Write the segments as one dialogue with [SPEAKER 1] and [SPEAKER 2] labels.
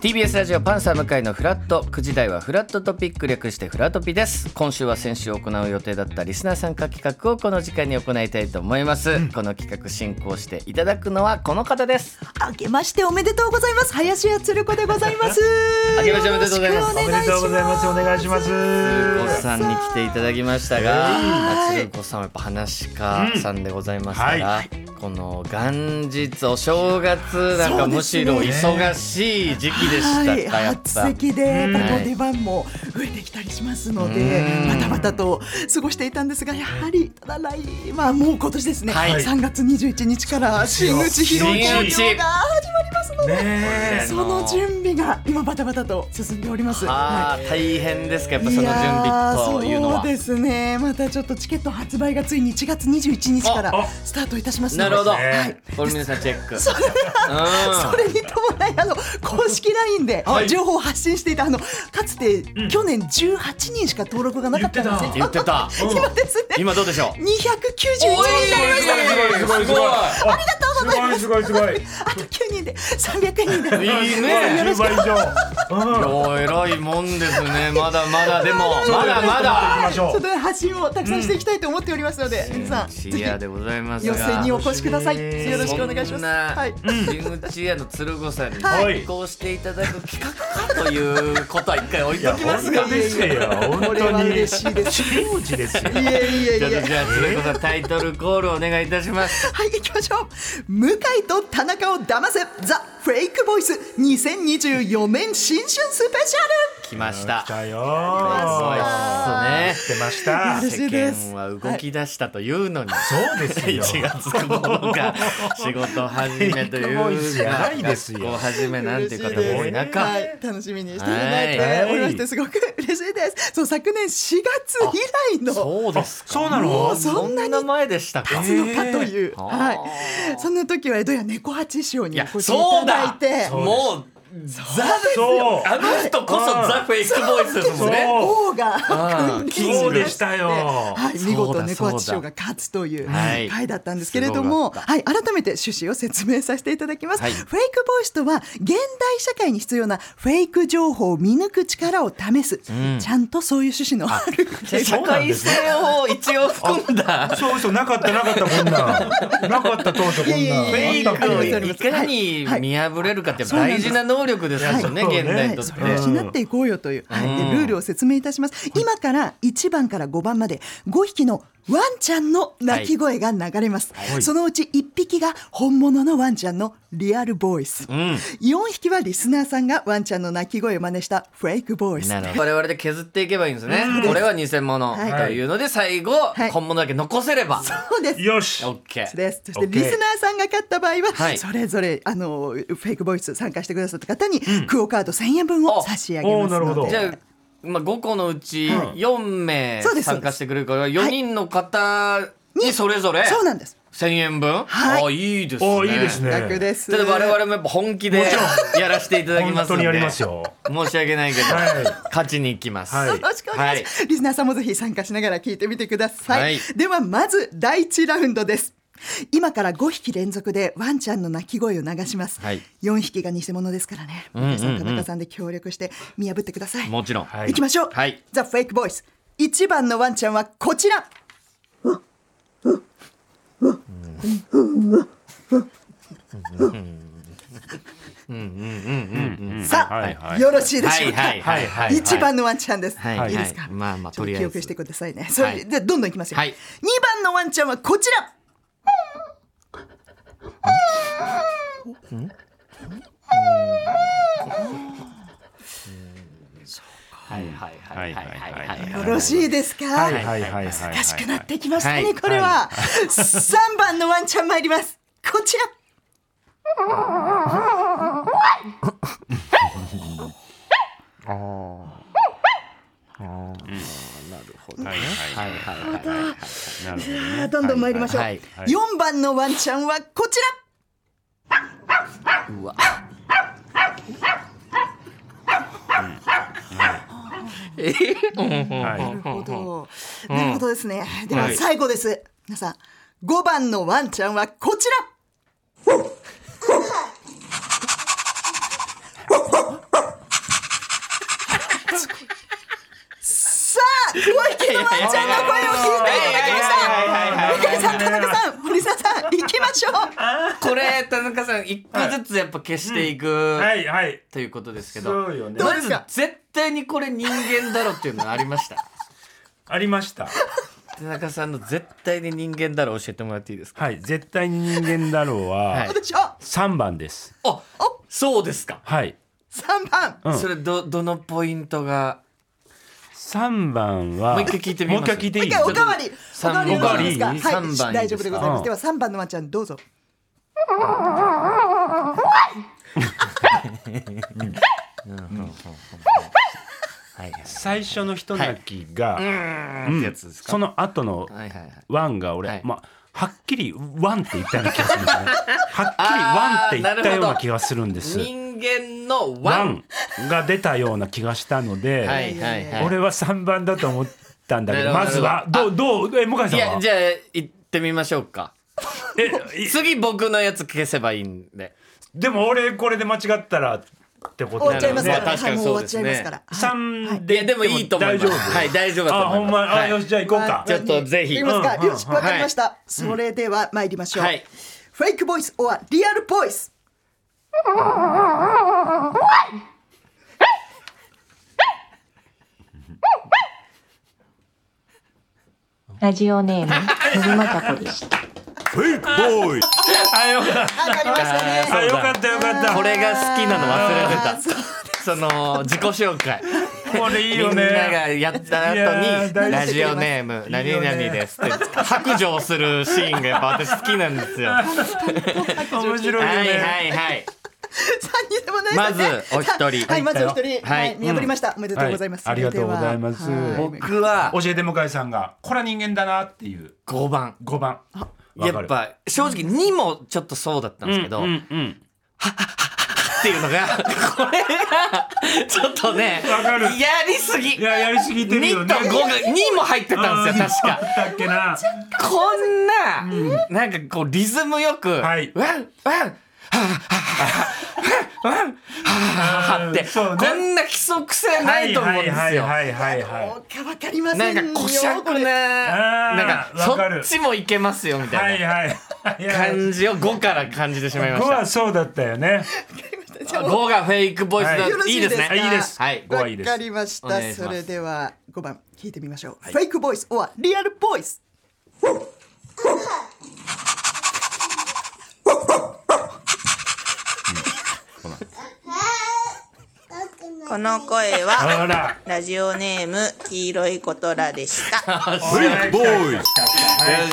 [SPEAKER 1] TBS ラジオパンサー向井のフラット9時台はフラットトピック略してフラトピです今週は先週行う予定だったリスナー参加企画をこの時間に行いたいと思います、この企画進行していただくのはこの方です
[SPEAKER 2] 明けましておめでとうございます林家つる子でございます
[SPEAKER 1] 明けましておめでとうございま
[SPEAKER 2] よろしくお願
[SPEAKER 3] お
[SPEAKER 1] す
[SPEAKER 3] めでとうございます。お願いします。
[SPEAKER 1] 鶴子さんに来ていただきましたが、鶴子さんはやっぱ話家さんでございますから、この元日お正月なんかむしろ忙しい時期でしたか、
[SPEAKER 2] はい、
[SPEAKER 1] やっ
[SPEAKER 2] 初
[SPEAKER 1] ぱ。
[SPEAKER 2] 席で
[SPEAKER 1] ん
[SPEAKER 2] ご出番も増えてきたりしますので、
[SPEAKER 1] うん
[SPEAKER 2] またまたと過ごしていたんですがやはりただ来まあもう今年ですね、
[SPEAKER 1] はい
[SPEAKER 2] 3月21日から新内博
[SPEAKER 3] 新
[SPEAKER 2] 之
[SPEAKER 1] 内
[SPEAKER 2] が始まりますので、
[SPEAKER 3] ね
[SPEAKER 2] その準備が今バタバタと進んでおります。はい
[SPEAKER 1] あー大変ですかやっぱその準備というの
[SPEAKER 2] やー
[SPEAKER 1] は
[SPEAKER 2] そう。ですねまたちょっとチケット発売がついに1月21日から
[SPEAKER 3] ああ
[SPEAKER 2] スタートいたしますので
[SPEAKER 1] なるほど。
[SPEAKER 2] はい、
[SPEAKER 1] これ皆さんチェック。
[SPEAKER 2] それ
[SPEAKER 1] うん
[SPEAKER 2] それに伴いあの公式 LINE で
[SPEAKER 1] はい
[SPEAKER 2] 情報を発信していたあのかつて去年18人しか登録がなかったんですね
[SPEAKER 1] 言ってた。
[SPEAKER 2] 今ですね
[SPEAKER 1] 今どうでしょ
[SPEAKER 2] 291
[SPEAKER 1] う。
[SPEAKER 2] 人になりました
[SPEAKER 3] すごいすごいすごい。ありがとうございます。すごいすごいすごい。
[SPEAKER 2] あと9人で300人です
[SPEAKER 1] いいね
[SPEAKER 2] よろしく
[SPEAKER 3] 十倍以上。うん。
[SPEAKER 1] おー偉いもんですね。まだまだでも
[SPEAKER 3] そう
[SPEAKER 1] まだまだ。
[SPEAKER 3] 行きまし
[SPEAKER 2] ちょ
[SPEAKER 3] ょ
[SPEAKER 2] っと
[SPEAKER 3] う。
[SPEAKER 2] ね発信をたくさんしていきたいと思っておりますので皆さん
[SPEAKER 1] シ
[SPEAKER 2] ぜ
[SPEAKER 1] ニ
[SPEAKER 2] ひ
[SPEAKER 1] アでございますが。
[SPEAKER 2] 予選にお越しください
[SPEAKER 3] えー
[SPEAKER 2] よろしくお願いし
[SPEAKER 1] そ
[SPEAKER 2] ま
[SPEAKER 1] ん
[SPEAKER 2] す
[SPEAKER 1] な
[SPEAKER 2] はい
[SPEAKER 1] 新口屋の鶴子さんに
[SPEAKER 3] はい
[SPEAKER 1] 対抗していただく企画かということは一回置い
[SPEAKER 3] い
[SPEAKER 1] と
[SPEAKER 3] や
[SPEAKER 1] きます
[SPEAKER 3] 本
[SPEAKER 1] が
[SPEAKER 3] 当。ですよ。本
[SPEAKER 2] これ
[SPEAKER 3] 当
[SPEAKER 2] は
[SPEAKER 3] に。
[SPEAKER 2] 嬉しいです
[SPEAKER 3] 真打ちですよ。
[SPEAKER 2] いやいやい
[SPEAKER 1] じゃ
[SPEAKER 2] や
[SPEAKER 1] あじゃあ鶴子さんタイトルコールお願いいたします。
[SPEAKER 2] はい、行きましょう。向井と田中を騙せ、ザ・フェイクボイス2024年新春スペシ
[SPEAKER 1] 来ました。
[SPEAKER 3] 来たよ
[SPEAKER 1] そうです
[SPEAKER 3] 来
[SPEAKER 1] ね。
[SPEAKER 3] てまし
[SPEAKER 2] や
[SPEAKER 3] た。
[SPEAKER 2] 嬉し
[SPEAKER 1] 世
[SPEAKER 2] いで
[SPEAKER 1] 間
[SPEAKER 2] す
[SPEAKER 1] は動き出したというのに、
[SPEAKER 3] そうですよ。
[SPEAKER 1] 1月9日仕事始めとい
[SPEAKER 3] ビッグボイス
[SPEAKER 1] う
[SPEAKER 3] やばいですよ
[SPEAKER 1] 学校始めなんていう方も多い
[SPEAKER 2] ャル。
[SPEAKER 1] 中、
[SPEAKER 2] はい、楽しみにしていただいて
[SPEAKER 3] はい
[SPEAKER 2] おりまして、すごく嬉しいです。そう、昨年4月以来の
[SPEAKER 1] そうですか
[SPEAKER 3] そうな
[SPEAKER 2] も
[SPEAKER 3] の
[SPEAKER 2] う。
[SPEAKER 1] そんな前でしたか、
[SPEAKER 2] 初のかという、
[SPEAKER 1] ー
[SPEAKER 2] はい。そんな時は江戸や猫八師匠にお越しい
[SPEAKER 1] そ
[SPEAKER 2] た
[SPEAKER 1] う
[SPEAKER 2] だ
[SPEAKER 1] だ
[SPEAKER 2] いて、
[SPEAKER 1] もうザ
[SPEAKER 3] そう。
[SPEAKER 1] あの人こそザ・フェイクボイスですもんね
[SPEAKER 3] そう。
[SPEAKER 2] 王が君臨しまて
[SPEAKER 3] そうでしたよ
[SPEAKER 2] はい、見
[SPEAKER 1] そう
[SPEAKER 2] 事
[SPEAKER 1] だ
[SPEAKER 2] 猫八師匠が勝つという
[SPEAKER 1] はい
[SPEAKER 2] 回だったんですけれども、
[SPEAKER 1] すごかっ
[SPEAKER 2] はい、改めて趣旨を説明させていただきます。
[SPEAKER 1] はい
[SPEAKER 2] フェイクボイスとは現代社会に必要なフェイク情報を見抜く力を試す、ちゃんとそういう趣旨のある
[SPEAKER 1] 社会性を一応含んだ
[SPEAKER 3] そうそうなかったなかったこんなんなかった当初こんなん
[SPEAKER 2] いや
[SPEAKER 1] フェイク
[SPEAKER 3] あったっ
[SPEAKER 1] を
[SPEAKER 3] け
[SPEAKER 1] いかに見破れるかって大事な能力ですよね、
[SPEAKER 3] はい
[SPEAKER 1] 現代にとっ
[SPEAKER 2] そ
[SPEAKER 1] て。
[SPEAKER 2] れを失っていこうよという、はい、でルールを説明いたします今から1番から5番まで5匹のワンちゃんの鳴き声が流れます、
[SPEAKER 3] い
[SPEAKER 2] そのうち1匹が本物のワンちゃんのリアルボイス、4匹はリスナーさんがワンちゃんの鳴き声を真似したフェイクボイス
[SPEAKER 1] なるほど我々で削っていけばいいんですね、これは偽物と
[SPEAKER 2] はい
[SPEAKER 1] いうので最後、
[SPEAKER 2] い
[SPEAKER 1] 本物だけ残せれば、
[SPEAKER 2] そうです
[SPEAKER 3] よし。
[SPEAKER 1] オッケー
[SPEAKER 2] ですそして
[SPEAKER 3] OK
[SPEAKER 2] リスナーさんが勝った場合
[SPEAKER 1] はい
[SPEAKER 2] はそれぞれあのフェイクボイス参加してくださった方にクオ・カード1000円分を差し上げます
[SPEAKER 3] おおーなるほ
[SPEAKER 2] の
[SPEAKER 3] ど
[SPEAKER 2] で
[SPEAKER 1] じゃあまあ、5個のうち4名
[SPEAKER 2] そうです
[SPEAKER 1] 参加してくれるから4人の方にそれぞれ
[SPEAKER 2] そうなんです
[SPEAKER 1] 1000円分、
[SPEAKER 2] はい
[SPEAKER 1] あいいですね
[SPEAKER 3] おいいですね。
[SPEAKER 2] 楽です
[SPEAKER 1] ただ我々もやっぱ本気でやらせていただきま
[SPEAKER 3] 本
[SPEAKER 1] す
[SPEAKER 3] 当
[SPEAKER 1] の
[SPEAKER 3] にや
[SPEAKER 1] で
[SPEAKER 3] りますよ。
[SPEAKER 1] 申し訳ないけど、
[SPEAKER 3] はい
[SPEAKER 1] 勝ちに行きます、
[SPEAKER 3] はい
[SPEAKER 2] よろしくお願いします、リスナーさんもぜひ参加しながら聞いてみてください、
[SPEAKER 1] はい
[SPEAKER 2] ではまず第1ラウンドです今から5匹連続でワンちゃんの鳴き声を流します、
[SPEAKER 1] はい
[SPEAKER 2] 4匹が偽物ですからね皆さん田中さんで協力して見破ってください、
[SPEAKER 1] もちろん、
[SPEAKER 3] はい
[SPEAKER 2] いきましょう、
[SPEAKER 1] はい
[SPEAKER 2] ザ・フェイクボイス1番のワンちゃんはこちらさあ、
[SPEAKER 3] はいはい
[SPEAKER 2] よろしいで
[SPEAKER 1] は
[SPEAKER 2] しょ
[SPEAKER 1] いう
[SPEAKER 2] か、
[SPEAKER 1] はいはいはい
[SPEAKER 2] 一番のワンちゃんです。
[SPEAKER 1] はい
[SPEAKER 2] い、
[SPEAKER 1] はい
[SPEAKER 2] いですか。
[SPEAKER 1] まあまあ
[SPEAKER 2] ちょっ
[SPEAKER 1] とりあえず
[SPEAKER 2] 記憶してくださいね。それ、
[SPEAKER 1] はい
[SPEAKER 2] でどんどんいきますよ。
[SPEAKER 1] はい
[SPEAKER 2] 二番のワンちゃんはこちら。
[SPEAKER 1] はいはいはいはいはいはい
[SPEAKER 2] よろしいですか。
[SPEAKER 3] はいはいはいはい。
[SPEAKER 2] 難しくなってきましたね、
[SPEAKER 1] はい
[SPEAKER 2] これは。三、番のワンちゃん参ります。こちら。
[SPEAKER 3] はいはい。なるほ
[SPEAKER 1] はいはいはいはいはい
[SPEAKER 3] どね
[SPEAKER 2] あーどんどん参りましょう
[SPEAKER 1] はい
[SPEAKER 3] は。い
[SPEAKER 2] 四、番のワンちゃんはこちら。
[SPEAKER 1] うわ。え
[SPEAKER 3] はい。
[SPEAKER 2] なるほど。なるほどですね。では最後です。皆さん、五番のワンちゃんはこちら。ひとワンちゃんの声を聞いていただきました三上さん田中さん堀澤さん行きましょう
[SPEAKER 1] これ田中さん一個ずつやっぱ消していく
[SPEAKER 3] はいはい
[SPEAKER 1] ということですけど、
[SPEAKER 3] そうよね
[SPEAKER 2] どう
[SPEAKER 1] ま
[SPEAKER 2] で
[SPEAKER 1] ず
[SPEAKER 2] すか
[SPEAKER 1] 絶対にこれ人間だろっていうのはありました
[SPEAKER 3] ありました
[SPEAKER 1] 田中さんの絶対に人間だろ教えてもらっていいですか
[SPEAKER 3] はい絶対に人間だろう
[SPEAKER 1] は
[SPEAKER 3] はい
[SPEAKER 2] どうでしょう
[SPEAKER 3] 三番です
[SPEAKER 1] あそうですか、
[SPEAKER 3] はい
[SPEAKER 2] 三番
[SPEAKER 3] うん
[SPEAKER 1] それどどのポイントが
[SPEAKER 3] 三番は
[SPEAKER 1] もう一回聞いてみます
[SPEAKER 3] もう一回聞いて
[SPEAKER 2] もう
[SPEAKER 3] い
[SPEAKER 2] 一
[SPEAKER 3] い
[SPEAKER 2] 回おかわりお
[SPEAKER 1] 三
[SPEAKER 2] かわりよろしいですか
[SPEAKER 3] お
[SPEAKER 1] かわり
[SPEAKER 2] はい
[SPEAKER 1] 三番
[SPEAKER 2] 大丈夫でございま
[SPEAKER 3] うん
[SPEAKER 2] すでは三番のワンちゃんどうぞ
[SPEAKER 1] はいはい
[SPEAKER 3] 最初の一泣きが
[SPEAKER 1] うーんってやつですか、
[SPEAKER 3] その後の
[SPEAKER 1] はいはいはい
[SPEAKER 3] ワンが俺、
[SPEAKER 1] はい
[SPEAKER 3] まあはっきりワンって言ったような気がするんで すねはっきりワンって言ったような気がするんです
[SPEAKER 1] 人間の
[SPEAKER 3] ワ
[SPEAKER 1] ワン
[SPEAKER 3] ンが出たような気がしたので、
[SPEAKER 1] はいはいはい
[SPEAKER 3] 俺は三番だと思ったんだけど
[SPEAKER 1] な
[SPEAKER 3] ま
[SPEAKER 1] るほ
[SPEAKER 3] ず
[SPEAKER 1] ど
[SPEAKER 3] はどうどうえ向井さん
[SPEAKER 1] いや
[SPEAKER 3] は
[SPEAKER 1] じゃあ行ってみましょうか
[SPEAKER 3] えい
[SPEAKER 1] 次僕のやつ消せばいいんで
[SPEAKER 3] でも俺これで間違ったらってこと
[SPEAKER 2] 終わっちゃいますか
[SPEAKER 1] なるほ
[SPEAKER 2] ら
[SPEAKER 1] どまあ確か
[SPEAKER 2] はい
[SPEAKER 1] に
[SPEAKER 2] もう終
[SPEAKER 1] そう
[SPEAKER 2] わっ
[SPEAKER 1] です
[SPEAKER 2] ちゃ
[SPEAKER 1] ね
[SPEAKER 2] いますからはい
[SPEAKER 3] 三
[SPEAKER 1] い
[SPEAKER 3] で
[SPEAKER 1] やでもいいと思い
[SPEAKER 3] 大
[SPEAKER 1] ます
[SPEAKER 3] 丈夫
[SPEAKER 1] はい大丈夫だと
[SPEAKER 3] あ
[SPEAKER 1] 思い
[SPEAKER 3] ほ
[SPEAKER 1] ます
[SPEAKER 3] んま
[SPEAKER 1] は
[SPEAKER 3] あ
[SPEAKER 1] い
[SPEAKER 3] よしじゃあ行こうか
[SPEAKER 1] ちょっとぜひ
[SPEAKER 2] いきますか
[SPEAKER 3] うん
[SPEAKER 2] よしわかりましたそれでは参りましょう
[SPEAKER 1] はい
[SPEAKER 2] フェイクボイス or リアルボイス
[SPEAKER 4] ラジオネーム、のりまたこです。
[SPEAKER 3] フェイクボーイあよかっ
[SPEAKER 2] わかりましたね
[SPEAKER 3] たあよかったよかった
[SPEAKER 1] これが好きなの忘
[SPEAKER 2] あ
[SPEAKER 1] れて
[SPEAKER 2] そう
[SPEAKER 1] たその自己紹介
[SPEAKER 3] こ れいい
[SPEAKER 1] み
[SPEAKER 3] よ
[SPEAKER 1] んなが
[SPEAKER 3] ね
[SPEAKER 1] やった
[SPEAKER 3] いや
[SPEAKER 1] 後
[SPEAKER 3] ー大
[SPEAKER 1] に
[SPEAKER 3] 事
[SPEAKER 1] ラジオネーム
[SPEAKER 3] いいよ
[SPEAKER 1] 何
[SPEAKER 3] ね
[SPEAKER 1] 々ですって白状するシーンがやっぱ私好きなんですよ。は
[SPEAKER 3] 面
[SPEAKER 1] い
[SPEAKER 3] 白いよね、
[SPEAKER 1] はいはい。
[SPEAKER 2] 三人でもないですね
[SPEAKER 1] まずお一人
[SPEAKER 2] はいまずお一人
[SPEAKER 1] は
[SPEAKER 2] はいい見破りましたおめでとうございます
[SPEAKER 3] はいありがとうございます
[SPEAKER 2] それでははい
[SPEAKER 1] 僕は
[SPEAKER 3] 教えて向井さんがこれは人間だなっていう
[SPEAKER 1] 5番。
[SPEAKER 3] 五番わ
[SPEAKER 1] や
[SPEAKER 3] か
[SPEAKER 1] っ
[SPEAKER 3] る
[SPEAKER 1] ぱ正直2もちょっとそうだったんですけど、
[SPEAKER 3] うんうん
[SPEAKER 1] っていうのがこれがちょっとね
[SPEAKER 3] わかる
[SPEAKER 1] やりすぎ
[SPEAKER 3] いややりすぎてるよ
[SPEAKER 1] 2と
[SPEAKER 3] ね
[SPEAKER 1] 5が2も入ってたんですよ確か
[SPEAKER 3] あ。ーだっけな
[SPEAKER 1] こんな、なんかこうリズムよく、
[SPEAKER 3] はい
[SPEAKER 1] ワンワンはぁはぁはぁはぁはぁはぁはぁはぁって、
[SPEAKER 3] そうね
[SPEAKER 1] こんな規則性ないと思うんですよ。
[SPEAKER 3] はいはいはいはいはい
[SPEAKER 2] どうかわかりませ
[SPEAKER 1] なんん
[SPEAKER 2] よ
[SPEAKER 1] かこしゃくな、
[SPEAKER 3] あー
[SPEAKER 1] なんかそ
[SPEAKER 3] わかる
[SPEAKER 1] っちもいけますよみた
[SPEAKER 3] はいい
[SPEAKER 1] な
[SPEAKER 3] はいはいはい
[SPEAKER 1] 感じを5から感じてしまいま
[SPEAKER 3] 五は
[SPEAKER 1] し
[SPEAKER 3] そうだったよね
[SPEAKER 2] じ
[SPEAKER 1] た。
[SPEAKER 2] ゃあ
[SPEAKER 1] 5がフェイクボイスだ、
[SPEAKER 3] はい
[SPEAKER 1] い、
[SPEAKER 2] よろ
[SPEAKER 1] い
[SPEAKER 2] しい
[SPEAKER 1] で
[SPEAKER 2] ですす
[SPEAKER 1] ね
[SPEAKER 2] か。
[SPEAKER 3] いいです
[SPEAKER 1] はい。
[SPEAKER 3] 五はいいです
[SPEAKER 2] わかりまし
[SPEAKER 1] お
[SPEAKER 2] た
[SPEAKER 1] 願いします
[SPEAKER 2] それでは5番聞いてみましょう、フェイクボイス or リアルボイス
[SPEAKER 5] この声は
[SPEAKER 3] ほら
[SPEAKER 5] ラジオネーム黄色いことらでした。
[SPEAKER 3] ブレイクボーイ
[SPEAKER 1] よしよしよしよし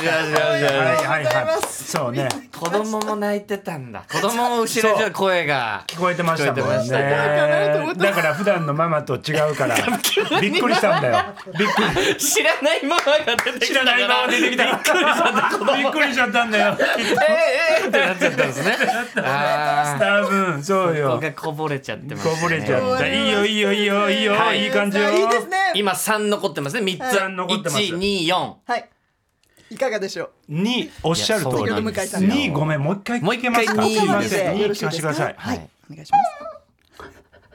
[SPEAKER 3] はいはいはいそうね
[SPEAKER 1] 子供も泣いてたんだ。子供も後ろじゃ声が。
[SPEAKER 3] 聞こえてましたも
[SPEAKER 1] 聞こえてま
[SPEAKER 3] ん
[SPEAKER 1] し
[SPEAKER 3] ね
[SPEAKER 1] た
[SPEAKER 3] だから普段のママと違うから びっくりしたんだよびっくり
[SPEAKER 1] 知らないママが出てき
[SPEAKER 3] 知
[SPEAKER 1] たから
[SPEAKER 3] ないまま出てきたびっくりしちゃったんだ よ
[SPEAKER 1] えーえーってなっちゃったんです ね。あ
[SPEAKER 3] 多分そう
[SPEAKER 1] あ、ここ
[SPEAKER 3] よ
[SPEAKER 1] がこぼれちゃってます、ね。
[SPEAKER 3] こぼれちゃったいいよいいよいいよいいよ
[SPEAKER 1] はい
[SPEAKER 3] いい感じよ
[SPEAKER 2] いいですね
[SPEAKER 1] 今三残ってますね。三つ。
[SPEAKER 3] 三残ってます
[SPEAKER 1] 一二四。
[SPEAKER 2] はいいかがでしょう
[SPEAKER 3] におっしゃる通
[SPEAKER 1] いやそうなん
[SPEAKER 3] り
[SPEAKER 1] です
[SPEAKER 2] よ
[SPEAKER 3] にごめんもう一回
[SPEAKER 1] もう一
[SPEAKER 3] 聞け
[SPEAKER 1] 回
[SPEAKER 3] ますか
[SPEAKER 1] に
[SPEAKER 3] すいま
[SPEAKER 1] です
[SPEAKER 3] せんに
[SPEAKER 2] よろしい
[SPEAKER 3] 聞か
[SPEAKER 2] です
[SPEAKER 3] せてく
[SPEAKER 2] か
[SPEAKER 3] ださい
[SPEAKER 2] はい、
[SPEAKER 1] はい
[SPEAKER 2] お願いします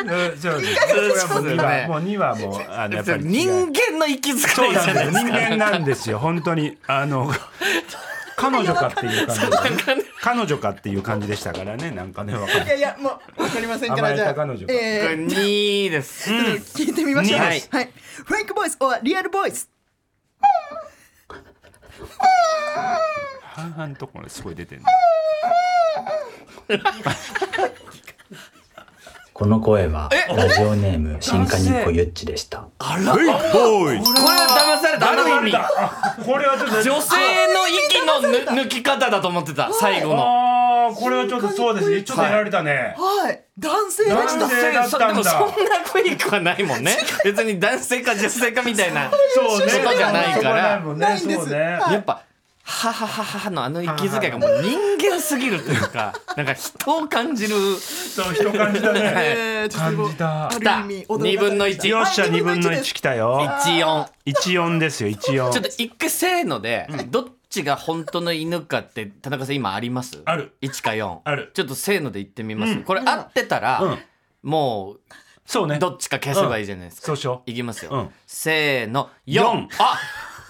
[SPEAKER 3] うんそうです
[SPEAKER 1] そうです
[SPEAKER 3] これ
[SPEAKER 1] ね
[SPEAKER 3] はもう2はもう2はもうあのやっぱり違
[SPEAKER 1] 人
[SPEAKER 3] う
[SPEAKER 1] 間の息
[SPEAKER 3] そ
[SPEAKER 1] 遣
[SPEAKER 3] う
[SPEAKER 1] いじ
[SPEAKER 3] な
[SPEAKER 1] ゃ
[SPEAKER 3] んだ
[SPEAKER 1] な
[SPEAKER 3] よ
[SPEAKER 1] い
[SPEAKER 3] 人
[SPEAKER 1] ですか。
[SPEAKER 3] 間なんですよ本当にあ の彼女かっていう感じで、ね、彼女かっていう感じでしたからねなんかねわかんない
[SPEAKER 2] いやいやもうわかりませんか
[SPEAKER 3] 甘
[SPEAKER 2] ら
[SPEAKER 3] え
[SPEAKER 2] じゃ
[SPEAKER 3] た
[SPEAKER 2] あ
[SPEAKER 3] 彼女か
[SPEAKER 1] これ
[SPEAKER 2] えー
[SPEAKER 1] 二です。
[SPEAKER 2] 聞いてみましょう、
[SPEAKER 1] に
[SPEAKER 2] はい、フェイクボイス or リアルボイス
[SPEAKER 3] 半々のところですごい出て る
[SPEAKER 6] この声はラジオネーム新加にっこゆっちでした。
[SPEAKER 3] ボーイ
[SPEAKER 1] これは騙されたある意味。
[SPEAKER 3] これはちょっと
[SPEAKER 1] 女性の息のぬ抜き方だと思ってた。最後の。
[SPEAKER 3] ああこれはちょっとそうですねちょっとやられたね、
[SPEAKER 2] はい男性でし
[SPEAKER 3] 男性だったんだ
[SPEAKER 1] でもそんなフェイクはないもんね。別に男性か女性かみたいな。
[SPEAKER 3] そうね
[SPEAKER 1] そういうことじゃないから
[SPEAKER 3] そこ
[SPEAKER 2] ない
[SPEAKER 3] はも
[SPEAKER 2] ん
[SPEAKER 3] ん
[SPEAKER 2] で
[SPEAKER 3] ね
[SPEAKER 2] す
[SPEAKER 3] そうね
[SPEAKER 1] やっぱ「ははははは」のあの息遣いがもう人間すぎるというかなんか人を感じる
[SPEAKER 3] そう人感じだ
[SPEAKER 1] は
[SPEAKER 3] ね
[SPEAKER 1] い
[SPEAKER 2] えー、ちょっともう
[SPEAKER 3] 感じた
[SPEAKER 2] ある意味
[SPEAKER 1] 来た
[SPEAKER 2] 驚かされました
[SPEAKER 1] 二分の一
[SPEAKER 3] よっしゃ
[SPEAKER 2] はい
[SPEAKER 3] 二分の
[SPEAKER 2] です
[SPEAKER 3] 一来たよ
[SPEAKER 1] 14
[SPEAKER 3] 一四ですよ一四
[SPEAKER 1] ちょっと一回せーのでどっちちが本当の犬かって田中さん今あります
[SPEAKER 3] ある
[SPEAKER 1] 1か4
[SPEAKER 3] ある
[SPEAKER 1] ちょっとせーので言ってみます、
[SPEAKER 3] うん
[SPEAKER 1] これ合ってたら、
[SPEAKER 3] うん
[SPEAKER 1] も
[SPEAKER 3] そう
[SPEAKER 1] う
[SPEAKER 3] ね
[SPEAKER 1] どっちか消せばいいじゃないですか、
[SPEAKER 3] そうしよ
[SPEAKER 1] いきますよ、
[SPEAKER 3] うん
[SPEAKER 1] せーの
[SPEAKER 3] 四
[SPEAKER 1] 4あ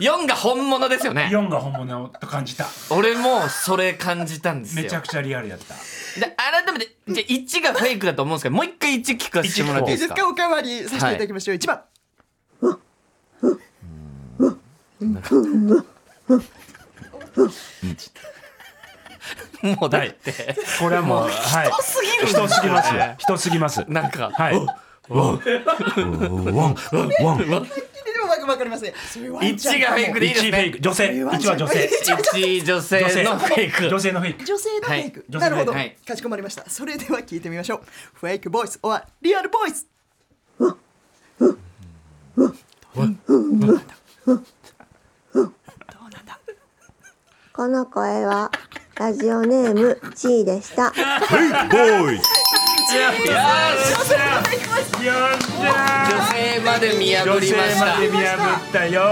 [SPEAKER 1] 四4が本物ですよ
[SPEAKER 3] う
[SPEAKER 1] ね
[SPEAKER 3] 4が本物と感じた
[SPEAKER 1] 俺もそれ感じたんですよ
[SPEAKER 3] めちゃくちゃリアルやった
[SPEAKER 1] で改めてじゃあ1がフェイクだと思うんですけどもう一回1聞かせてもらっていい
[SPEAKER 2] 一
[SPEAKER 1] ですか
[SPEAKER 2] 回おかわりさせていただきましょう。一番。
[SPEAKER 1] もうだって
[SPEAKER 3] これはもうはい
[SPEAKER 1] 人すぎるんだ
[SPEAKER 3] 人
[SPEAKER 1] よ
[SPEAKER 3] すぎますよ
[SPEAKER 1] ね
[SPEAKER 3] 人すぎます
[SPEAKER 1] なんか
[SPEAKER 3] はいワンワンワン
[SPEAKER 2] でもわかわかりません。
[SPEAKER 1] 1がフェイクでいいです
[SPEAKER 3] 1フェ
[SPEAKER 1] ね
[SPEAKER 3] イク女性
[SPEAKER 2] ワン
[SPEAKER 3] 一
[SPEAKER 2] ちゃ
[SPEAKER 3] は
[SPEAKER 2] ん
[SPEAKER 3] 女性
[SPEAKER 1] 1女
[SPEAKER 3] 女
[SPEAKER 1] 性
[SPEAKER 3] 性
[SPEAKER 1] のフェイク
[SPEAKER 3] 女性のフェイク
[SPEAKER 2] 女性のフェイク。
[SPEAKER 3] はい
[SPEAKER 2] なるほど、
[SPEAKER 1] 女性のフェイクはい
[SPEAKER 2] かしこまりました。それでは聞いてみましょう。フェイクボイス or リアルボイス。
[SPEAKER 7] この声はラジオネーム G でした。
[SPEAKER 3] よっしゃ
[SPEAKER 1] 女性まで見
[SPEAKER 3] ー
[SPEAKER 1] 破
[SPEAKER 3] 女
[SPEAKER 1] り
[SPEAKER 3] 性
[SPEAKER 1] ました
[SPEAKER 3] まで見破ったよ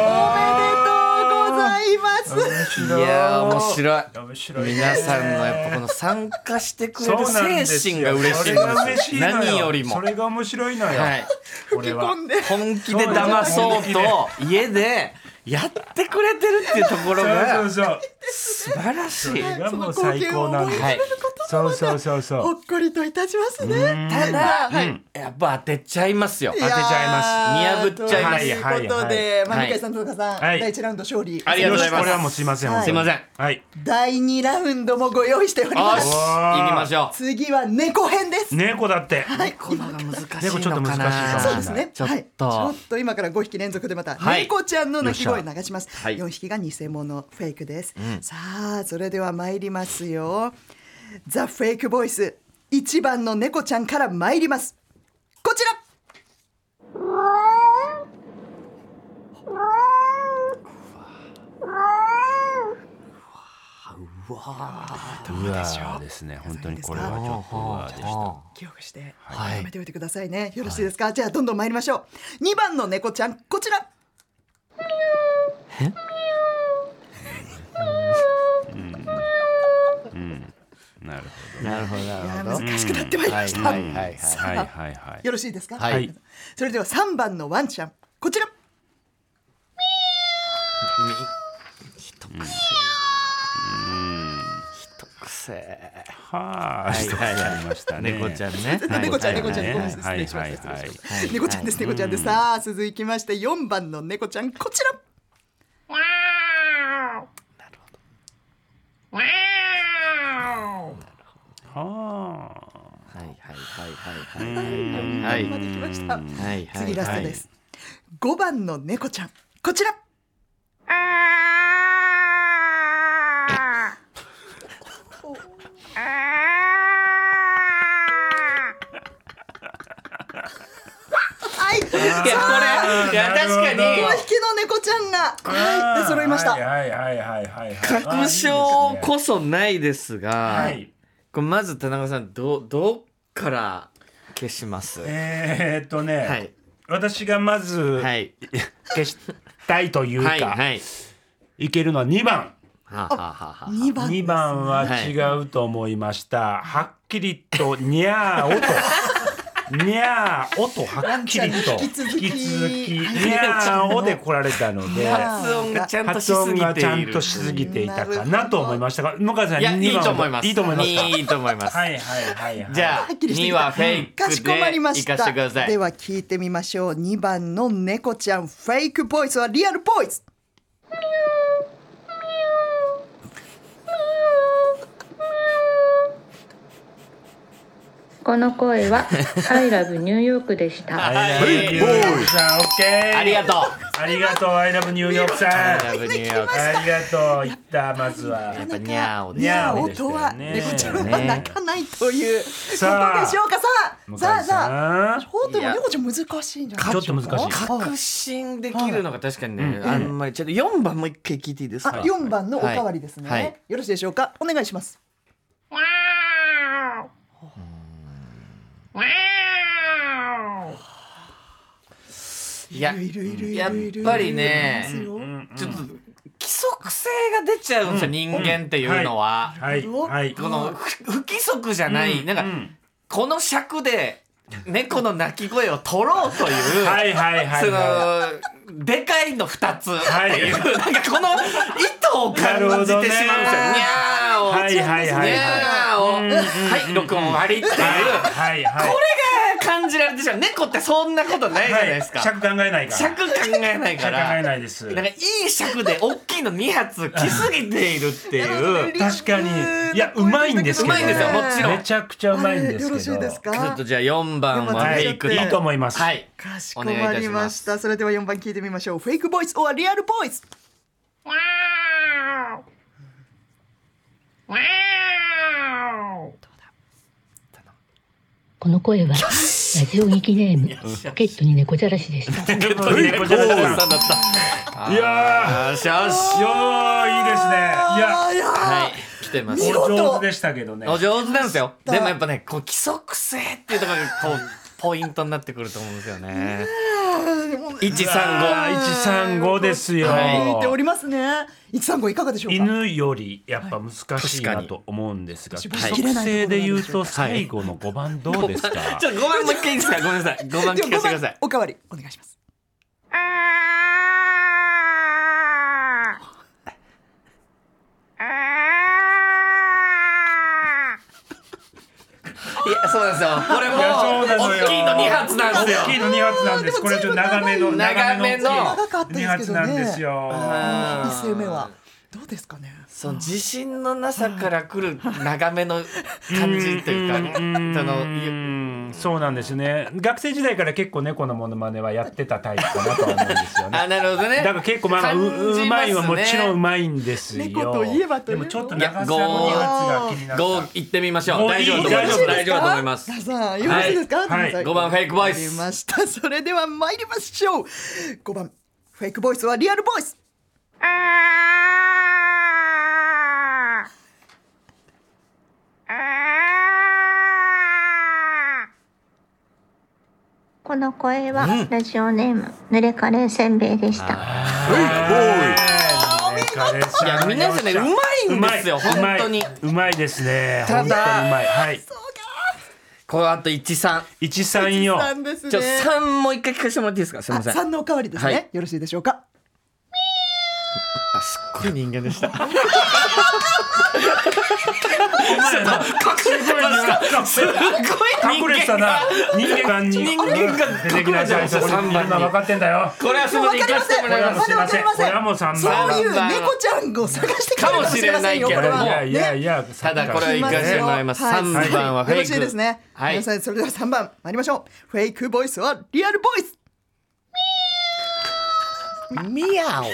[SPEAKER 2] おめでとうございます。
[SPEAKER 1] いやー面白い
[SPEAKER 3] 面白いね
[SPEAKER 1] 皆さんのやっぱこの参加してく
[SPEAKER 3] そ
[SPEAKER 1] れ
[SPEAKER 3] う
[SPEAKER 1] る
[SPEAKER 3] なんですよ
[SPEAKER 1] 精神が嬉しい
[SPEAKER 3] それが嬉し
[SPEAKER 1] です
[SPEAKER 3] いの
[SPEAKER 1] 何よりも
[SPEAKER 3] それが面白いのよ、
[SPEAKER 1] はい
[SPEAKER 3] 俺は
[SPEAKER 1] 本気で騙そうと家でやってくれてるっていうところ
[SPEAKER 3] そ
[SPEAKER 1] が
[SPEAKER 3] うそうそう
[SPEAKER 1] 素晴らしい
[SPEAKER 3] それがもう最高なんだ、
[SPEAKER 1] はい
[SPEAKER 3] そうそうそうそ
[SPEAKER 2] ほ
[SPEAKER 3] う
[SPEAKER 2] っこりといたしますね。
[SPEAKER 1] ただやっぱ当てちゃいますよ
[SPEAKER 2] い
[SPEAKER 1] 当
[SPEAKER 2] や
[SPEAKER 1] て
[SPEAKER 2] ー
[SPEAKER 1] ちゃいます見破っちゃいます
[SPEAKER 3] はい
[SPEAKER 2] ということで、まあ、
[SPEAKER 1] はい
[SPEAKER 2] 向井さん、田中さん、
[SPEAKER 3] はい
[SPEAKER 2] 第一ラウンド勝利。
[SPEAKER 1] ありがとうございま
[SPEAKER 3] よし
[SPEAKER 1] す
[SPEAKER 3] これはもうすいません、
[SPEAKER 2] はい
[SPEAKER 1] すいませんよ
[SPEAKER 3] はい
[SPEAKER 2] 第二ラウンドもご用意しておりま
[SPEAKER 1] し
[SPEAKER 2] す。
[SPEAKER 1] 行きましょう
[SPEAKER 2] 次は猫編です。
[SPEAKER 3] 猫だって、
[SPEAKER 2] はい、今
[SPEAKER 1] が
[SPEAKER 3] し
[SPEAKER 1] 難
[SPEAKER 3] いのかな猫ちょっと難しいかも
[SPEAKER 2] そうですね。
[SPEAKER 1] ちょっ
[SPEAKER 2] はい、ち
[SPEAKER 1] と
[SPEAKER 2] ょっと今から5匹連続でまた
[SPEAKER 1] はい
[SPEAKER 2] 猫ちゃんの鳴き声流します。
[SPEAKER 1] はい
[SPEAKER 2] 4匹が偽物フェイクです。さあそれでは参りますよ。ザフェイクボイス一番の猫ちゃんから参ります。こちら。
[SPEAKER 3] うわーですね本当にこれはちょっとうわーでした
[SPEAKER 2] 記憶して
[SPEAKER 1] はい
[SPEAKER 2] 止めておいてくださいね、よろしいですか、じゃあどんどん参りましょう2番の猫ちゃんこちら
[SPEAKER 3] なるほ
[SPEAKER 1] なるほどなるほど
[SPEAKER 2] 難しくなってまいりました、
[SPEAKER 1] はいはいはい
[SPEAKER 3] どはいはいはい
[SPEAKER 2] よろしいですか、
[SPEAKER 1] はい
[SPEAKER 2] それでは3番のワンちゃんこちら
[SPEAKER 1] 一癖一癖
[SPEAKER 3] はあ
[SPEAKER 1] いはいはい
[SPEAKER 3] ありましたね
[SPEAKER 1] 猫ちゃんね
[SPEAKER 2] はい猫ちゃん猫ちゃん
[SPEAKER 3] ね
[SPEAKER 2] ごめんなさい
[SPEAKER 3] はい
[SPEAKER 2] 失
[SPEAKER 3] は
[SPEAKER 2] 礼
[SPEAKER 3] い
[SPEAKER 2] しました
[SPEAKER 3] はい
[SPEAKER 1] はい
[SPEAKER 2] 猫ちゃんです
[SPEAKER 1] はい
[SPEAKER 2] 猫ちゃんです、さあ続きまして4番の猫ちゃんこちら
[SPEAKER 3] はあ
[SPEAKER 1] はいはいはいはいはい
[SPEAKER 2] まで来ました
[SPEAKER 1] はいはい
[SPEAKER 2] 次ラストです、5番の猫ちゃんこ ちらはい
[SPEAKER 1] いやこれいや
[SPEAKER 3] なる
[SPEAKER 1] 確
[SPEAKER 3] ほど
[SPEAKER 1] か
[SPEAKER 2] 5
[SPEAKER 1] に
[SPEAKER 2] 匹の猫ちゃんがはい出揃いました、
[SPEAKER 3] はいはいはいはいはい
[SPEAKER 1] 確証こそないですが、
[SPEAKER 3] はい
[SPEAKER 1] これまず田中さんどどっから消しますは
[SPEAKER 3] えーっとね、
[SPEAKER 1] い
[SPEAKER 3] 私がまず、
[SPEAKER 1] はい
[SPEAKER 3] 消したいというか、
[SPEAKER 1] はい
[SPEAKER 3] い
[SPEAKER 1] はい
[SPEAKER 3] けるのは2番
[SPEAKER 1] はあはあはあは
[SPEAKER 2] 2番
[SPEAKER 3] 2番は違うと思いました、はっきりと「にゃ ーお」と「にゃーお」とはっきりと
[SPEAKER 2] 引き続き
[SPEAKER 3] 引き続きにゃーお」で来られたので。
[SPEAKER 1] あ発音がちゃんと
[SPEAKER 3] 発
[SPEAKER 1] しす
[SPEAKER 3] 音
[SPEAKER 1] ぎ
[SPEAKER 3] が
[SPEAKER 1] て
[SPEAKER 3] ちゃ
[SPEAKER 1] い
[SPEAKER 3] ん
[SPEAKER 1] る
[SPEAKER 3] としすぎていたかなと思いましたが、向井さん、
[SPEAKER 1] いやい
[SPEAKER 3] 二
[SPEAKER 1] い
[SPEAKER 3] 番
[SPEAKER 1] と思います
[SPEAKER 3] いいと思いますか。
[SPEAKER 1] いいと思います
[SPEAKER 3] はいはいはいはい。
[SPEAKER 1] じゃあ
[SPEAKER 2] はっきりしてき
[SPEAKER 1] 2
[SPEAKER 2] た
[SPEAKER 1] はフェイクで
[SPEAKER 2] かしこまりまし
[SPEAKER 1] 行かせ
[SPEAKER 2] た
[SPEAKER 1] てください
[SPEAKER 2] では聞いてみましょう2番の猫ちゃんフェイクボイスはリアルボイス
[SPEAKER 8] この声は I love ニューヨークでした。
[SPEAKER 1] はい
[SPEAKER 3] アイラブニューヨークさん、オッケー。
[SPEAKER 1] ありがとう
[SPEAKER 3] う。ありがとう、アイラブニューヨークさん。
[SPEAKER 1] ラ
[SPEAKER 3] あ
[SPEAKER 1] ブニューヨーク
[SPEAKER 3] りがとう、いった、まずは。
[SPEAKER 1] やっぱニャーを
[SPEAKER 3] ニ
[SPEAKER 1] ね
[SPEAKER 3] ャーをでした
[SPEAKER 2] 音
[SPEAKER 3] よ
[SPEAKER 2] は
[SPEAKER 3] ね
[SPEAKER 2] 猫ちゃんは泣かないということでしょう
[SPEAKER 3] さあ
[SPEAKER 2] かさあさあさあ
[SPEAKER 3] さ
[SPEAKER 2] ちょっとでも猫ちゃん難しいんじゃない
[SPEAKER 3] ちょっと難しい
[SPEAKER 1] 確信できるのが確かにねあんまりちょっと4番もう一回聞いていいです
[SPEAKER 2] あ
[SPEAKER 1] か
[SPEAKER 2] 4番のおかわりですね、
[SPEAKER 1] はいはい
[SPEAKER 2] よろしいでしょうかお願いします
[SPEAKER 1] いや
[SPEAKER 2] いるいるいるい
[SPEAKER 1] やっ
[SPEAKER 2] る
[SPEAKER 1] ぱりね
[SPEAKER 2] いますよ
[SPEAKER 1] ちょっと規則特性が出ちゃうんですよ、人間っていうのは。
[SPEAKER 3] はいはい。
[SPEAKER 1] このふ不規則じゃない、なんか、
[SPEAKER 3] うん
[SPEAKER 1] この尺で猫の鳴き声を取ろうという。
[SPEAKER 3] はいはいはい
[SPEAKER 1] そ
[SPEAKER 3] は
[SPEAKER 1] のでかいの2つっていう、
[SPEAKER 3] は
[SPEAKER 1] なんかこの意図を感じてしまうんですよ。
[SPEAKER 3] な
[SPEAKER 1] にゃーを、
[SPEAKER 3] い。はいはいはい
[SPEAKER 1] に
[SPEAKER 3] は
[SPEAKER 1] ゃーを、
[SPEAKER 3] うんうんうん
[SPEAKER 1] はい録音終わりっていう、
[SPEAKER 3] い。はいはいはい。
[SPEAKER 1] これが感じられてしまう猫ってそんなことないじゃないですか。
[SPEAKER 3] はい尺考えないから。
[SPEAKER 1] 尺考えないから
[SPEAKER 3] 尺考えないです
[SPEAKER 1] なんかいい尺で大きいの2発来すぎているっていうち
[SPEAKER 3] 確かにいやうまいんですけどね
[SPEAKER 1] うまいんですよもちろん
[SPEAKER 3] めちゃくちゃうまいんですけど
[SPEAKER 2] よろしいです
[SPEAKER 1] ょっ
[SPEAKER 2] か
[SPEAKER 1] とじゃあ4番は
[SPEAKER 3] は
[SPEAKER 1] フ
[SPEAKER 3] い
[SPEAKER 1] ェイク
[SPEAKER 3] いいと思います
[SPEAKER 1] はい
[SPEAKER 2] かし
[SPEAKER 1] お
[SPEAKER 2] こ
[SPEAKER 1] 願い
[SPEAKER 2] ま
[SPEAKER 1] いたし
[SPEAKER 2] り
[SPEAKER 1] ま
[SPEAKER 2] ますしたそれでは4番聞いてみましょうフェイクボイス or リアルボイス
[SPEAKER 9] この声は、ラジオ劇ネーム、ポケットに猫じゃらしでした。
[SPEAKER 3] 猫じゃらしさんだったいや
[SPEAKER 1] よしよし
[SPEAKER 3] ーよーいいですねいや
[SPEAKER 2] あいや
[SPEAKER 1] はい来てます
[SPEAKER 3] お上手でしたけどね
[SPEAKER 1] お上手なんですよでもやっぱねこう規則性っていうところがこうポイントになってくると思うんですよね135
[SPEAKER 3] 135ですよ、
[SPEAKER 1] はい
[SPEAKER 2] 言っておりますね135いかがでしょうか
[SPEAKER 3] 犬よりやっぱ難しいなと思うんですが
[SPEAKER 2] 確
[SPEAKER 3] 規
[SPEAKER 2] かに
[SPEAKER 3] 則性で言うと最後の5番どうですか、
[SPEAKER 1] ちょっと5番もう一回いいですかごめんなさい5番聞かせてください
[SPEAKER 2] おかわりお願いします
[SPEAKER 1] いやそうなんですよこれも
[SPEAKER 3] いやそうなのよ
[SPEAKER 1] 大きいの2発なんですよ
[SPEAKER 3] 大きいの2発なんですこれちょっと長めの
[SPEAKER 1] 長めの
[SPEAKER 2] 長かったですけどね
[SPEAKER 3] 2発なんですよ
[SPEAKER 1] うん
[SPEAKER 2] 一声目はどうですかね
[SPEAKER 1] その自信のなさから来る長めの感じというかその
[SPEAKER 3] うんそうなんですね学生時代から結構猫のモノマネはやってたタイプかなとは思うんですよね
[SPEAKER 1] あなるほどね
[SPEAKER 3] だから結構まあまあう
[SPEAKER 1] 感じますね
[SPEAKER 3] うまいはもちろんうまいんですよ
[SPEAKER 2] 猫といえばとい
[SPEAKER 3] で
[SPEAKER 2] うの
[SPEAKER 3] もちょっと長さの2発が気になった
[SPEAKER 1] 5行ってみましょう
[SPEAKER 3] 五
[SPEAKER 1] 大丈夫
[SPEAKER 3] いい
[SPEAKER 1] 大丈夫
[SPEAKER 2] い
[SPEAKER 1] 大
[SPEAKER 2] いですか
[SPEAKER 1] 丈夫だと思います
[SPEAKER 2] 皆さんよろしいですか、
[SPEAKER 3] はい
[SPEAKER 2] 皆さん
[SPEAKER 3] はい
[SPEAKER 1] 五番フェイクボイス
[SPEAKER 2] わかりましたそれでは参りましょう5番フェイクボイスはリアルボイス
[SPEAKER 4] この声は、ラジオネーム、濡れカレーせんべいでした。
[SPEAKER 1] いや皆さんねうまいんです
[SPEAKER 3] う
[SPEAKER 1] よ
[SPEAKER 3] まい
[SPEAKER 1] 本当に
[SPEAKER 3] うまいですね
[SPEAKER 1] ただ
[SPEAKER 3] 本当にうまいはい
[SPEAKER 1] このあと13
[SPEAKER 3] 134
[SPEAKER 2] 3です
[SPEAKER 1] ちょ
[SPEAKER 2] ね
[SPEAKER 1] 3もう一回聞かせてもらっていいですかすい
[SPEAKER 2] あ
[SPEAKER 1] ませんあ
[SPEAKER 2] 3のおかわりですね、
[SPEAKER 1] はい
[SPEAKER 2] よろしいでしょうか
[SPEAKER 1] すっごい人間でした
[SPEAKER 3] すごい隠れてたな人間が人
[SPEAKER 1] 間が
[SPEAKER 3] 出てきなさいそこに
[SPEAKER 1] 隠れてまし
[SPEAKER 3] 今
[SPEAKER 1] た
[SPEAKER 3] 分かってんだよ
[SPEAKER 1] これはすみません行かせても
[SPEAKER 3] これ
[SPEAKER 1] らい
[SPEAKER 3] は
[SPEAKER 1] ま
[SPEAKER 3] もう
[SPEAKER 1] す
[SPEAKER 3] すいませ
[SPEAKER 2] わかりません
[SPEAKER 3] んこれはもう3
[SPEAKER 2] そう
[SPEAKER 3] 番
[SPEAKER 2] いう
[SPEAKER 1] 三番
[SPEAKER 2] 猫ちゃんを探してくれる
[SPEAKER 1] かもしれないけど
[SPEAKER 2] もしれませんよこ
[SPEAKER 3] い
[SPEAKER 2] れは
[SPEAKER 3] やいやいや
[SPEAKER 1] ただこれは
[SPEAKER 2] 行
[SPEAKER 1] 行かせてもらいます3番はフェ
[SPEAKER 2] よろ
[SPEAKER 1] イク
[SPEAKER 2] しいですね、
[SPEAKER 1] はい
[SPEAKER 2] 皆さんそれでは3番参りましょうフェイクボイスはリアルボイス
[SPEAKER 1] ミヤオ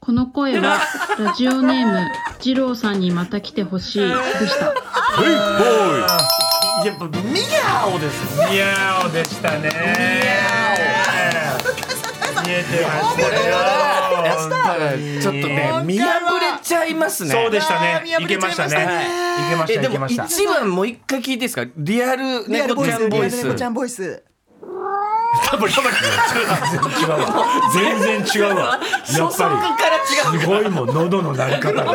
[SPEAKER 10] この声は、ラジオネーム、二郎さんにまた来てほしいでした。
[SPEAKER 1] やっぱミヤオですよ
[SPEAKER 3] ニャオでしたね。ニャオ。見えてまし
[SPEAKER 1] これ
[SPEAKER 3] たよ
[SPEAKER 1] はやっ。ぱちょっと
[SPEAKER 3] 今回
[SPEAKER 1] ね
[SPEAKER 3] は
[SPEAKER 1] 見破れちゃいますね
[SPEAKER 3] そうでしたね。
[SPEAKER 2] いやー
[SPEAKER 3] いけましたね。
[SPEAKER 2] 見破
[SPEAKER 3] いけまし
[SPEAKER 1] え
[SPEAKER 3] た。
[SPEAKER 1] で
[SPEAKER 3] いけ
[SPEAKER 1] も
[SPEAKER 3] ました。
[SPEAKER 1] 一番もう一回聞いていいですかリアル
[SPEAKER 2] リアル
[SPEAKER 1] 猫
[SPEAKER 2] ボイ
[SPEAKER 1] ちゃ
[SPEAKER 2] ス
[SPEAKER 1] んボイ
[SPEAKER 2] リア
[SPEAKER 1] ス
[SPEAKER 2] ル猫ちゃんボイス
[SPEAKER 3] 全然違うわ。やっ
[SPEAKER 1] そこか
[SPEAKER 3] ぱ
[SPEAKER 1] ら違
[SPEAKER 3] り。
[SPEAKER 1] う
[SPEAKER 3] すごいもん、喉の鳴り方が。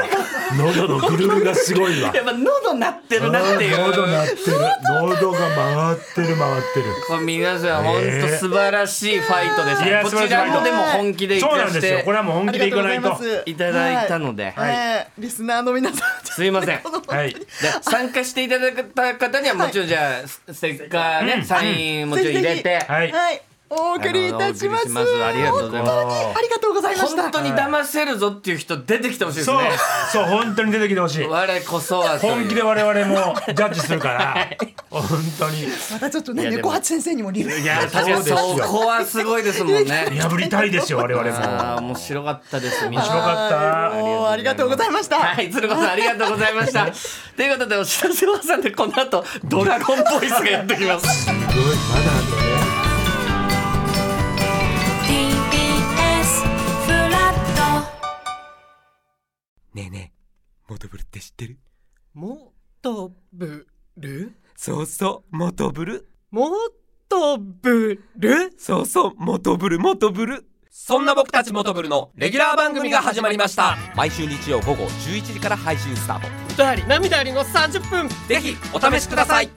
[SPEAKER 3] 喉のぐるぐるがすごいわ。
[SPEAKER 1] やっぱ喉鳴ってるなっていう
[SPEAKER 3] 喉鳴ってる。喉が回ってる、回ってる。
[SPEAKER 1] これ皆さん本当素晴らしいファイトで
[SPEAKER 3] い
[SPEAKER 1] す
[SPEAKER 3] や
[SPEAKER 1] こ
[SPEAKER 3] 素晴らしいファイ
[SPEAKER 1] ち
[SPEAKER 3] ト
[SPEAKER 1] らもでも本気でい
[SPEAKER 3] そう
[SPEAKER 1] か
[SPEAKER 3] なん
[SPEAKER 1] し
[SPEAKER 3] ですよ。
[SPEAKER 1] て
[SPEAKER 3] これはもう本
[SPEAKER 2] あ
[SPEAKER 3] 気
[SPEAKER 2] り
[SPEAKER 3] で
[SPEAKER 2] がと
[SPEAKER 3] い
[SPEAKER 2] うご
[SPEAKER 3] かな
[SPEAKER 2] ざ
[SPEAKER 3] い
[SPEAKER 2] い
[SPEAKER 3] と。
[SPEAKER 2] ます
[SPEAKER 1] いただいたので
[SPEAKER 2] はいえーリスナーの皆さん
[SPEAKER 1] すいません
[SPEAKER 3] はい。
[SPEAKER 1] で参加していただいた方にはもちろんじゃあスステッカーねサインもちろん入れて
[SPEAKER 3] は
[SPEAKER 2] はい、
[SPEAKER 3] い。
[SPEAKER 2] お送りいたします
[SPEAKER 1] あのお送りしますありがとうございます
[SPEAKER 2] 本当にありがとうございました
[SPEAKER 1] 本当に騙せるぞっていう人出てきてほしいです
[SPEAKER 3] そう
[SPEAKER 1] ね。
[SPEAKER 3] そう、本当に出てきてほしい。
[SPEAKER 1] 我こそはという
[SPEAKER 3] 本気で我々もジャッジするから。本当に。
[SPEAKER 2] またちょっと
[SPEAKER 1] い
[SPEAKER 2] ね
[SPEAKER 1] やでも
[SPEAKER 2] 猫八先生にもリベンジ
[SPEAKER 1] いや確かにそこはすごいですもんね。
[SPEAKER 3] 破りたいですよ我々も
[SPEAKER 1] ああ面白かったです。面
[SPEAKER 3] 面白かった
[SPEAKER 2] もうありがとうございました、
[SPEAKER 1] はい、鶴子さんありがとうございました。ということでお知らせを挟んでこの後ドラゴンボイスがやってきます。
[SPEAKER 11] ねえねえ、モトブルって知ってる
[SPEAKER 1] もっとぶる
[SPEAKER 11] そうそう、モトブル。
[SPEAKER 1] もっと
[SPEAKER 12] トブル
[SPEAKER 11] そうそう、元ブル、元ブル。
[SPEAKER 12] そんな僕たち元ブルのレギュラー番組が始まりました
[SPEAKER 11] 毎週日曜午後11時から配信スタート。
[SPEAKER 12] 歌あり涙ありの30分ぜひお試しください